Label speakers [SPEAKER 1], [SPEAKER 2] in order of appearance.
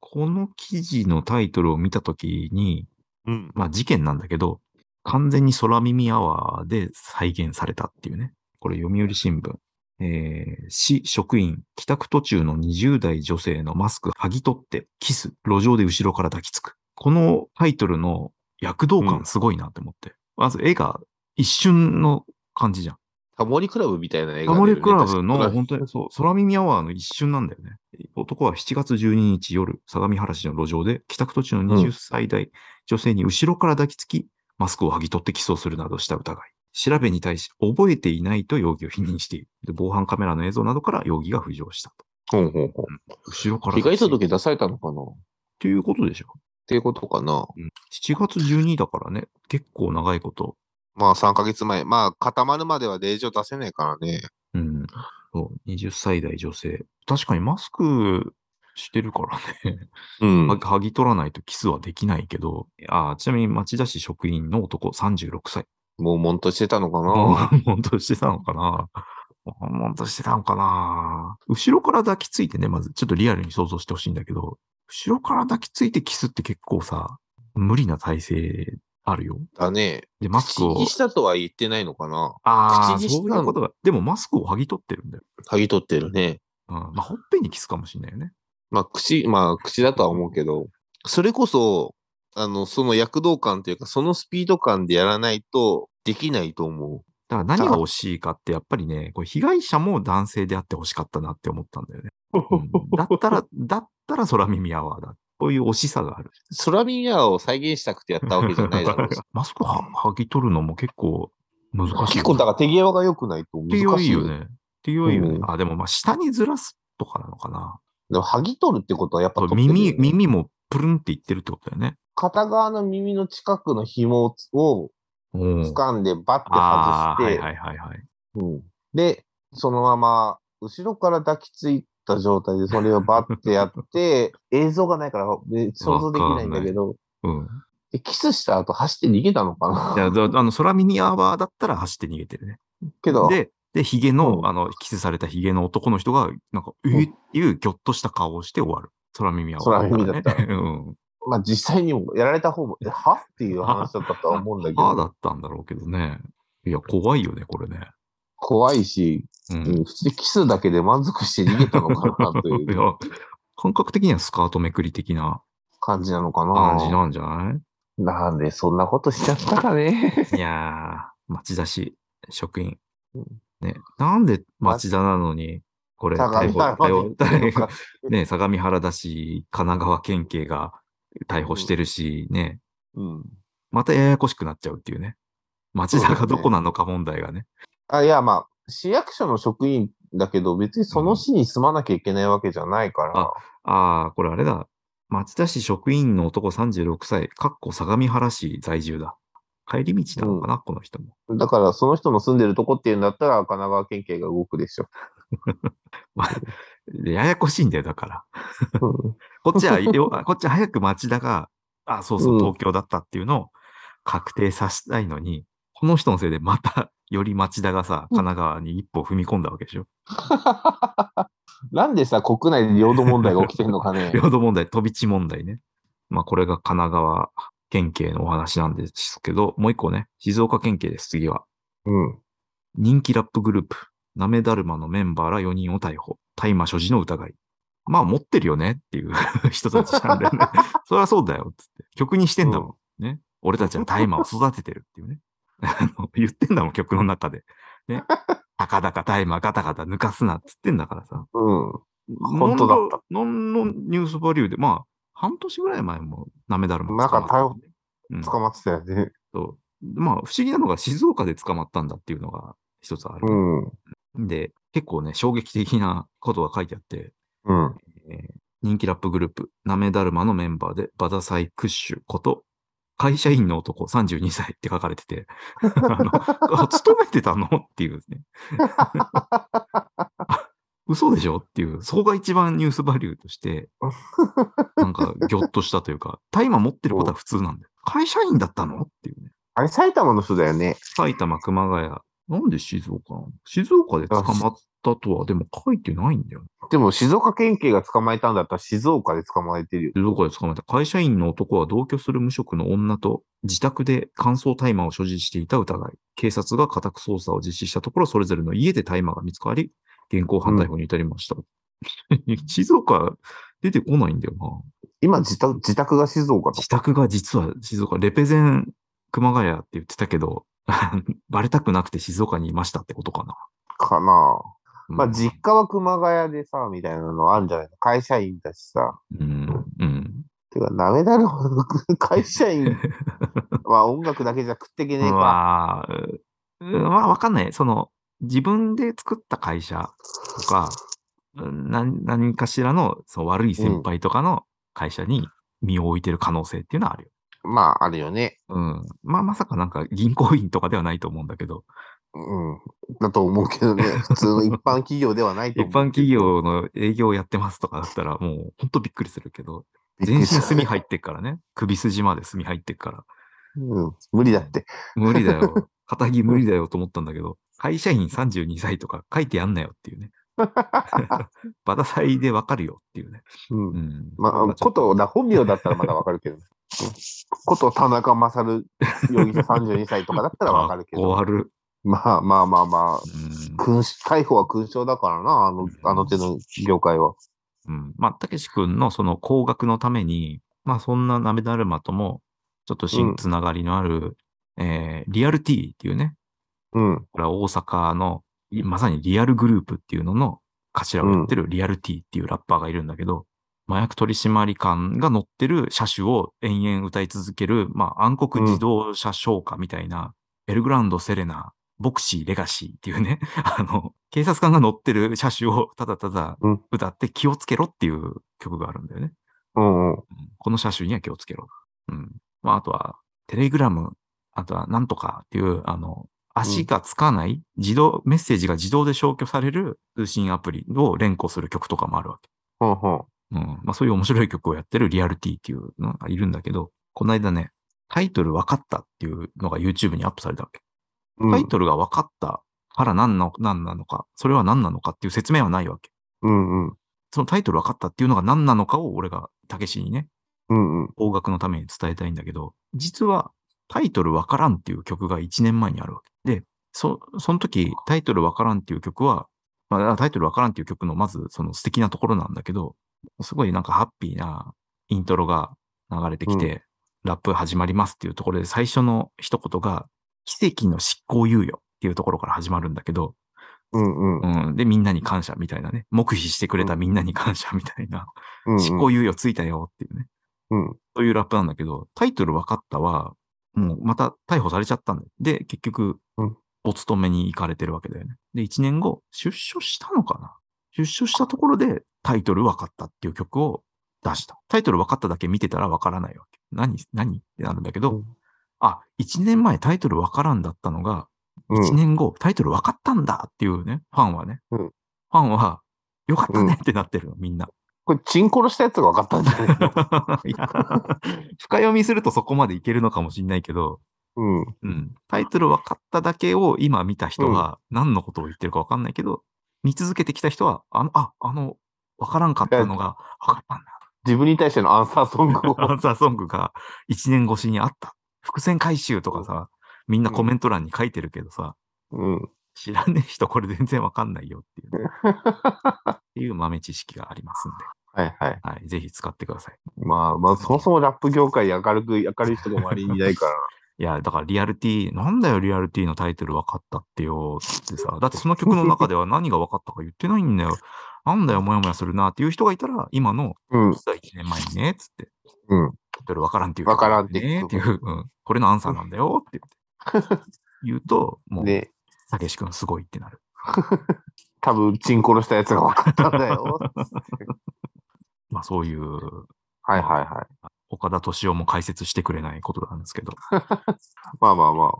[SPEAKER 1] この記事のタイトルを見たときに、
[SPEAKER 2] うん。
[SPEAKER 1] まあ事件なんだけど、完全に空耳アワーで再現されたっていうね。これ読売新聞。えー市職員、帰宅途中の20代女性のマスク剥ぎ取って、キス、路上で後ろから抱きつく。このタイトルの躍動感すごいなって思って。まず絵が一瞬の感じじゃん。
[SPEAKER 2] タモリクラブみたいな映画
[SPEAKER 1] タモリクラブ
[SPEAKER 2] 確
[SPEAKER 1] の
[SPEAKER 2] か
[SPEAKER 1] 本当にそう、空耳アワーの一瞬なんだよね。男は7月12日夜、相模原市の路上で帰宅途中の
[SPEAKER 2] う
[SPEAKER 1] 20
[SPEAKER 2] ん
[SPEAKER 1] 歳代、女性に後ろから抱きつき、マスクを剥ぎ取って起訴するなどした疑い。調べに対し、覚えていないと容疑を否認している。で防犯カメラの映像などから容疑が浮上したと。
[SPEAKER 2] ほうほうほう
[SPEAKER 1] 後ろから
[SPEAKER 2] 被
[SPEAKER 1] 抱
[SPEAKER 2] 害
[SPEAKER 1] きついてっ
[SPEAKER 2] 届出されたのかなって
[SPEAKER 1] いうことでしょ。
[SPEAKER 2] ていうことかな。
[SPEAKER 1] うん、7月12だからね、結構長いこと。
[SPEAKER 2] まあ3ヶ月前。まあ固まるまでは令状出せないからね。
[SPEAKER 1] うん。そう、20歳代女性。確かにマスクしてるからね。
[SPEAKER 2] うん
[SPEAKER 1] は剥ぎ取らないとキスはできないけど、あーちなみに町田市職員の男36歳。
[SPEAKER 2] もう悶としてたのかな
[SPEAKER 1] 悶々としてたのかな悶々としてたのかな後ろから抱きついてね、まずちょっとリアルに想像してほしいんだけど、後ろから抱きついてキスって結構さ、無理な体勢あるよ。
[SPEAKER 2] だね。
[SPEAKER 1] で、マスク
[SPEAKER 2] 口
[SPEAKER 1] を
[SPEAKER 2] に。したとは言ってないのかな
[SPEAKER 1] ああ、
[SPEAKER 2] 口に
[SPEAKER 1] そ
[SPEAKER 2] し
[SPEAKER 1] う
[SPEAKER 2] た
[SPEAKER 1] い
[SPEAKER 2] の
[SPEAKER 1] うことが。でもマスクを剥ぎ取ってるんだよ。
[SPEAKER 2] 剥ぎ取ってるね。
[SPEAKER 1] うん。まあ、ほっぺにキスかもしれないよね。
[SPEAKER 2] まあ口、まあ口だとは思うけど、それこそ、あの、その躍動感というか、そのスピード感でやらないとできないと思
[SPEAKER 1] だから何が惜しいかって、やっぱりね、これ被害者も男性であってほしかったなって思ったんだよね。
[SPEAKER 2] う。
[SPEAKER 1] うんだった ら、だったら空耳アワーだ。こういう惜しさがある。
[SPEAKER 2] 空耳アワーを再現したくてやったわけじゃないだろうし。
[SPEAKER 1] マスクは剥ぎ取るのも結構難しい。
[SPEAKER 2] 結構、だから手際が良くないと難
[SPEAKER 1] 手
[SPEAKER 2] しい
[SPEAKER 1] 強い
[SPEAKER 2] よ
[SPEAKER 1] よ
[SPEAKER 2] ね。
[SPEAKER 1] ね。手強いよね
[SPEAKER 2] う。ん
[SPEAKER 1] あ、でもまあ下にずらすとかなのかな。
[SPEAKER 2] でも、剥ぎ取るってことはやっぱ取ってるよね
[SPEAKER 1] 耳、耳もプルンっていってるってことだよね。
[SPEAKER 2] 片側の耳の近くの紐を
[SPEAKER 1] うん。
[SPEAKER 2] 掴んでバッて
[SPEAKER 1] ああ、
[SPEAKER 2] 外
[SPEAKER 1] は
[SPEAKER 2] し
[SPEAKER 1] い
[SPEAKER 2] て、
[SPEAKER 1] はいはいはい。
[SPEAKER 2] うんで、そのまま後ろから抱きついた状態でそれをバッて やって、映像がないからで想像できないんだけど、
[SPEAKER 1] うん。
[SPEAKER 2] でキスした後走って逃げたのか
[SPEAKER 1] じゃ
[SPEAKER 2] な
[SPEAKER 1] あ、だあの、空耳アワーだったら走って逃げてるね。
[SPEAKER 2] けど、
[SPEAKER 1] で、で、ヒゲの、
[SPEAKER 2] うん
[SPEAKER 1] あの、キスされたヒゲの男の人が、なんか、え
[SPEAKER 2] ん
[SPEAKER 1] ーっていうぎょっとした顔をして終わる。空耳アワー、
[SPEAKER 2] 空耳だった
[SPEAKER 1] らね。うん。
[SPEAKER 2] まあ実際にもやられた方も、えはっていう話だったとは思うんだけ
[SPEAKER 1] ああ
[SPEAKER 2] ど、
[SPEAKER 1] だったんだろうけどね。いや、怖いよね、これね。
[SPEAKER 2] 怖いし、
[SPEAKER 1] う。
[SPEAKER 2] うんん、普通にキスだけで満足して逃げたのかなとい
[SPEAKER 1] いうや、感覚的にはスカートめくり的な
[SPEAKER 2] 感じなのか
[SPEAKER 1] 感じ
[SPEAKER 2] な。
[SPEAKER 1] なんじゃな
[SPEAKER 2] なんでそんなことしちゃったかね。
[SPEAKER 1] いいやー、町田市職員
[SPEAKER 2] うん。
[SPEAKER 1] ね、なんで町田なのに、これ、
[SPEAKER 2] 相
[SPEAKER 1] 逮
[SPEAKER 2] 模
[SPEAKER 1] 捕、
[SPEAKER 2] 原まで
[SPEAKER 1] 逮
[SPEAKER 2] 行
[SPEAKER 1] 捕
[SPEAKER 2] ってるの
[SPEAKER 1] 逮
[SPEAKER 2] か
[SPEAKER 1] 捕、 ね、相模原だし、神奈川県警が逮捕してるし、ね、
[SPEAKER 2] うん。
[SPEAKER 1] またややこしくなっちゃうっていうね。町田がどこなのか問題がね。
[SPEAKER 2] あ、いや、まあ、市役所の職員だけど、別にその市に住まなきゃいけないわけじゃないから、
[SPEAKER 1] あああ、これあれだ。町田市職員の男36歳、かっこ相模原市在住だ。帰り道なのかな、この人も。
[SPEAKER 2] だからその人の住んでるとこっていうんだったら、神奈川県警が動くでしょ。
[SPEAKER 1] でややこしいんだよ、だから。
[SPEAKER 2] うん
[SPEAKER 1] こっちは、よこっちは早く町田が、あ、そうそうう、
[SPEAKER 2] ん
[SPEAKER 1] 東京だったっていうのを確定させたいのに、この人のせいでまた、より町田がさ、神奈川に一歩踏み込んだわけでしょ。
[SPEAKER 2] なんでさ、国内で領土問題が起きてんのかね。
[SPEAKER 1] 領土問題、飛び地問題ね。まあ、これが神奈川県警のお話なんですけど、もう一個ね、静岡県警です、次は。
[SPEAKER 2] うん。
[SPEAKER 1] 人気ラップグループ、なめだるまのメンバーら4人を逮捕。大麻所持の疑い。まあ持ってるよねっていう 人たちなんだよね。 そりゃそうだよっつって。曲にしてんだもん。ね。俺たちは大麻を育ててるっていうね。 あの言ってんだもん、曲の中で。ね。たかだか大麻ガタガタ抜かすなっつってんだからさ。。
[SPEAKER 2] うん。本当だった
[SPEAKER 1] なんのニュースバリューで、まあ、半年ぐらい前もなめだるま捕まった
[SPEAKER 2] なんか逮捕
[SPEAKER 1] うん
[SPEAKER 2] 捕まってたよね。
[SPEAKER 1] そうまあ、不思議なのが静岡で捕まったんだっていうのが一つある
[SPEAKER 2] う。ん。うん。
[SPEAKER 1] で、結構ね、衝撃的なことが書いてあって、えー人気ラップグループ、なめだるまのメンバーで、バダサイ・クッシュこと、会社員の男32歳って書かれて て、あの、あ勤めてたのっていうね。 あ嘘でしょっていう、そこが一番ニュースバリューとして、なんか、ぎょっとしたというか、大麻持ってることは普通なんだよ。会社員だったのっていうね。
[SPEAKER 2] あれ、埼玉の人だよね。
[SPEAKER 1] 埼玉、熊谷、なんで静岡なの静岡で捕まったとは、でも書いてないんだよね。
[SPEAKER 2] でも静岡県警が捕まえたんだったら静岡で捕まえてるよ。
[SPEAKER 1] 静岡で捕まえた会社員の男は同居する無職の女と自宅で乾燥大麻を所持していた疑い。警察が家宅捜査を実施したところ、それぞれの家で大麻が見つかり、現行犯逮捕に至りました。静岡出てこないんだよな。
[SPEAKER 2] 今自宅、自宅が静岡と
[SPEAKER 1] 自。宅が実は静岡、レペゼン熊谷って言ってたけど、 バレたくなくて静岡にいましたってことかな。
[SPEAKER 2] かな
[SPEAKER 1] うん
[SPEAKER 2] まあ、実家は熊谷でさ、みたいなのあるんじゃないの会社員だしさ。
[SPEAKER 1] うん、うん。
[SPEAKER 2] てか、ダメだろ。 会社 員は音楽だけじゃ食ってけねえか。
[SPEAKER 1] まあ、うんまあ、わかんない。その、自分で作った会社とか、うん何何かしらのそう悪い先輩とかの会社に身を置いてる可能性っていうのはあるよ。
[SPEAKER 2] まあ、あるよね。
[SPEAKER 1] うん。まあ、まさかなんか銀行員とかではないと思うんだけど、
[SPEAKER 2] うん。だと思うけ どね。普通の一般企業ではないと
[SPEAKER 1] 一
[SPEAKER 2] 思う。
[SPEAKER 1] 般企業の営業やってますとかだったら、もうほんとびっくりするけど、全身墨入ってっからね。首筋まで墨入ってっから。
[SPEAKER 2] うん。無理だって。
[SPEAKER 1] 無理だ よ。肩着無理だよと思ったんだけど、会社員32歳とか書いてやんなよっていう ね。バタサイでわかるよっていうね。
[SPEAKER 2] うん
[SPEAKER 1] う。ん。
[SPEAKER 2] まあ、
[SPEAKER 1] ちょ
[SPEAKER 2] こ
[SPEAKER 1] っと
[SPEAKER 2] と、だ本名だったらまだわかる けど。うんこと田中勝容疑者32歳とかだったらわかるけ
[SPEAKER 1] かっこ
[SPEAKER 2] ど。
[SPEAKER 1] 悪
[SPEAKER 2] まあまあまあまあ。
[SPEAKER 1] うん。
[SPEAKER 2] 勲逮捕は勲章だからな、あの、あの手の業界は。
[SPEAKER 1] うん。まあ、たけし君のその高額のために、まあ、そんななめだるまとも、ちょっと
[SPEAKER 2] う
[SPEAKER 1] 新
[SPEAKER 2] ん
[SPEAKER 1] つながりのある、えーリアルティっていうね、
[SPEAKER 2] うん。
[SPEAKER 1] これは大阪の、いまさにリアルグループっていうのの頭をやってるリアルティっていうラッパーがいるんだけど、麻薬取締官が乗ってる車種を延々歌い続ける、まあ暗黒自動車消火みたいな、エルグランドセレナ、ボクシーレガシーっていうね、 あの、警察官が乗ってる車種をただただ
[SPEAKER 2] うん
[SPEAKER 1] 歌って気をつけろっていう曲があるんだよね。
[SPEAKER 2] うんうん。
[SPEAKER 1] うんこの車種には気をつけろ。うん。まあ、あとは、テレグラム、あとは、なんとかっていう、あの、足がつかない、自動、メッセージが自動で消去される通信アプリを連呼する曲とかもあるわけ。
[SPEAKER 2] ほんほん。
[SPEAKER 1] うん。まあ、そういう面白い曲をやってるリアルティっていうのがいるんだけど、この間ね、タイトル分かったっていうのが YouTube にアップされたわけ。
[SPEAKER 2] うん
[SPEAKER 1] タイトルが分かったから何の、何なのか、それは何なのかっていう説明はないわけ。
[SPEAKER 2] うんうん。
[SPEAKER 1] そのタイトル分かったっていうのが何なのかを俺が、たけしにね、
[SPEAKER 2] うんうん。
[SPEAKER 1] 方角のために伝えたいんだけど、実はタイトルわからんっていう曲が1年前にあるわけ。で、そ、その時タイトルわからんっていう曲は、まあ、タイトルわからんっていう曲のまずその素敵なところなんだけど、すごいなんかハッピーなイントロが流れてきて、ラップ始まりますっていうところで最初の一言が、奇跡の執行猶予っていうところから始まるんだけど、
[SPEAKER 2] うんうん。
[SPEAKER 1] うん、で、みんなに感謝みたいなね、黙秘してくれたみんなに感謝みたいな、
[SPEAKER 2] うんうん
[SPEAKER 1] 執行猶予ついたよっていうね。
[SPEAKER 2] うん。
[SPEAKER 1] というラップなんだけど、タイトル分かったは、もうまた逮捕されちゃったんだよ。で、結局
[SPEAKER 2] うん、
[SPEAKER 1] お勤めに行かれてるわけだよね。で、1年後、出所したのかな出所したところでタイトル分かったっていう曲を出した。タイトル分かっただけ見てたら分からないわけ。何何ってなるんだけど、
[SPEAKER 2] うん
[SPEAKER 1] あ、1年前タイトル分からんだったのが、
[SPEAKER 2] うん
[SPEAKER 1] 1年後、タイトル分かったんだっていうね、ファンはね。
[SPEAKER 2] うん
[SPEAKER 1] ファンは、よかったねってなってるの、みんな。
[SPEAKER 2] これ、チンコロしたやつが分かったんじゃな い
[SPEAKER 1] いや深読みするとそこまでいけるのかもしんないけど、
[SPEAKER 2] うん。
[SPEAKER 1] うん、タイトル分かっただけを今見た人は何のことを言ってるか分かんないけど、見続けてきた人は、あの、あ、あの、分からんかったのが分かったんだ。
[SPEAKER 2] 自分に対してのアンサーソングを。
[SPEAKER 1] アンサーソングが1年越しにあった。伏線回収とかさ、みんなコメント欄に書いてるけどさ、
[SPEAKER 2] うん。
[SPEAKER 1] 知らねえ人これ全然分かんないよっていうね、っていう豆知識がありますん
[SPEAKER 2] はいはい。
[SPEAKER 1] で、はい、ぜひ使ってください。
[SPEAKER 2] まあまあ、そもそもラップ業界明るく、明るい人が周りにいないから。
[SPEAKER 1] いや、だからリアルティ、なんだよリアルティのタイトル分かったってよってさ、だってその曲の中では何が分かったか言ってないん だよ。なんだよ、もやもやするなっていう人がいたら、今の、
[SPEAKER 2] うん。
[SPEAKER 1] 実は1年前にね、つって、
[SPEAKER 2] うん。
[SPEAKER 1] タイトル分からんっていう、
[SPEAKER 2] 分からんっていう
[SPEAKER 1] ね、っていう、うん、これのアンサーなんだよって 言って言うと、もう、
[SPEAKER 2] で、
[SPEAKER 1] たけし君すごいってなる。
[SPEAKER 2] 多分、チンコロしたやつが分かったんだ よ。
[SPEAKER 1] まあそういう、
[SPEAKER 2] はいはいはい。
[SPEAKER 1] 岡田敏夫も解説してくれないことなんですけど、
[SPEAKER 2] まあまあま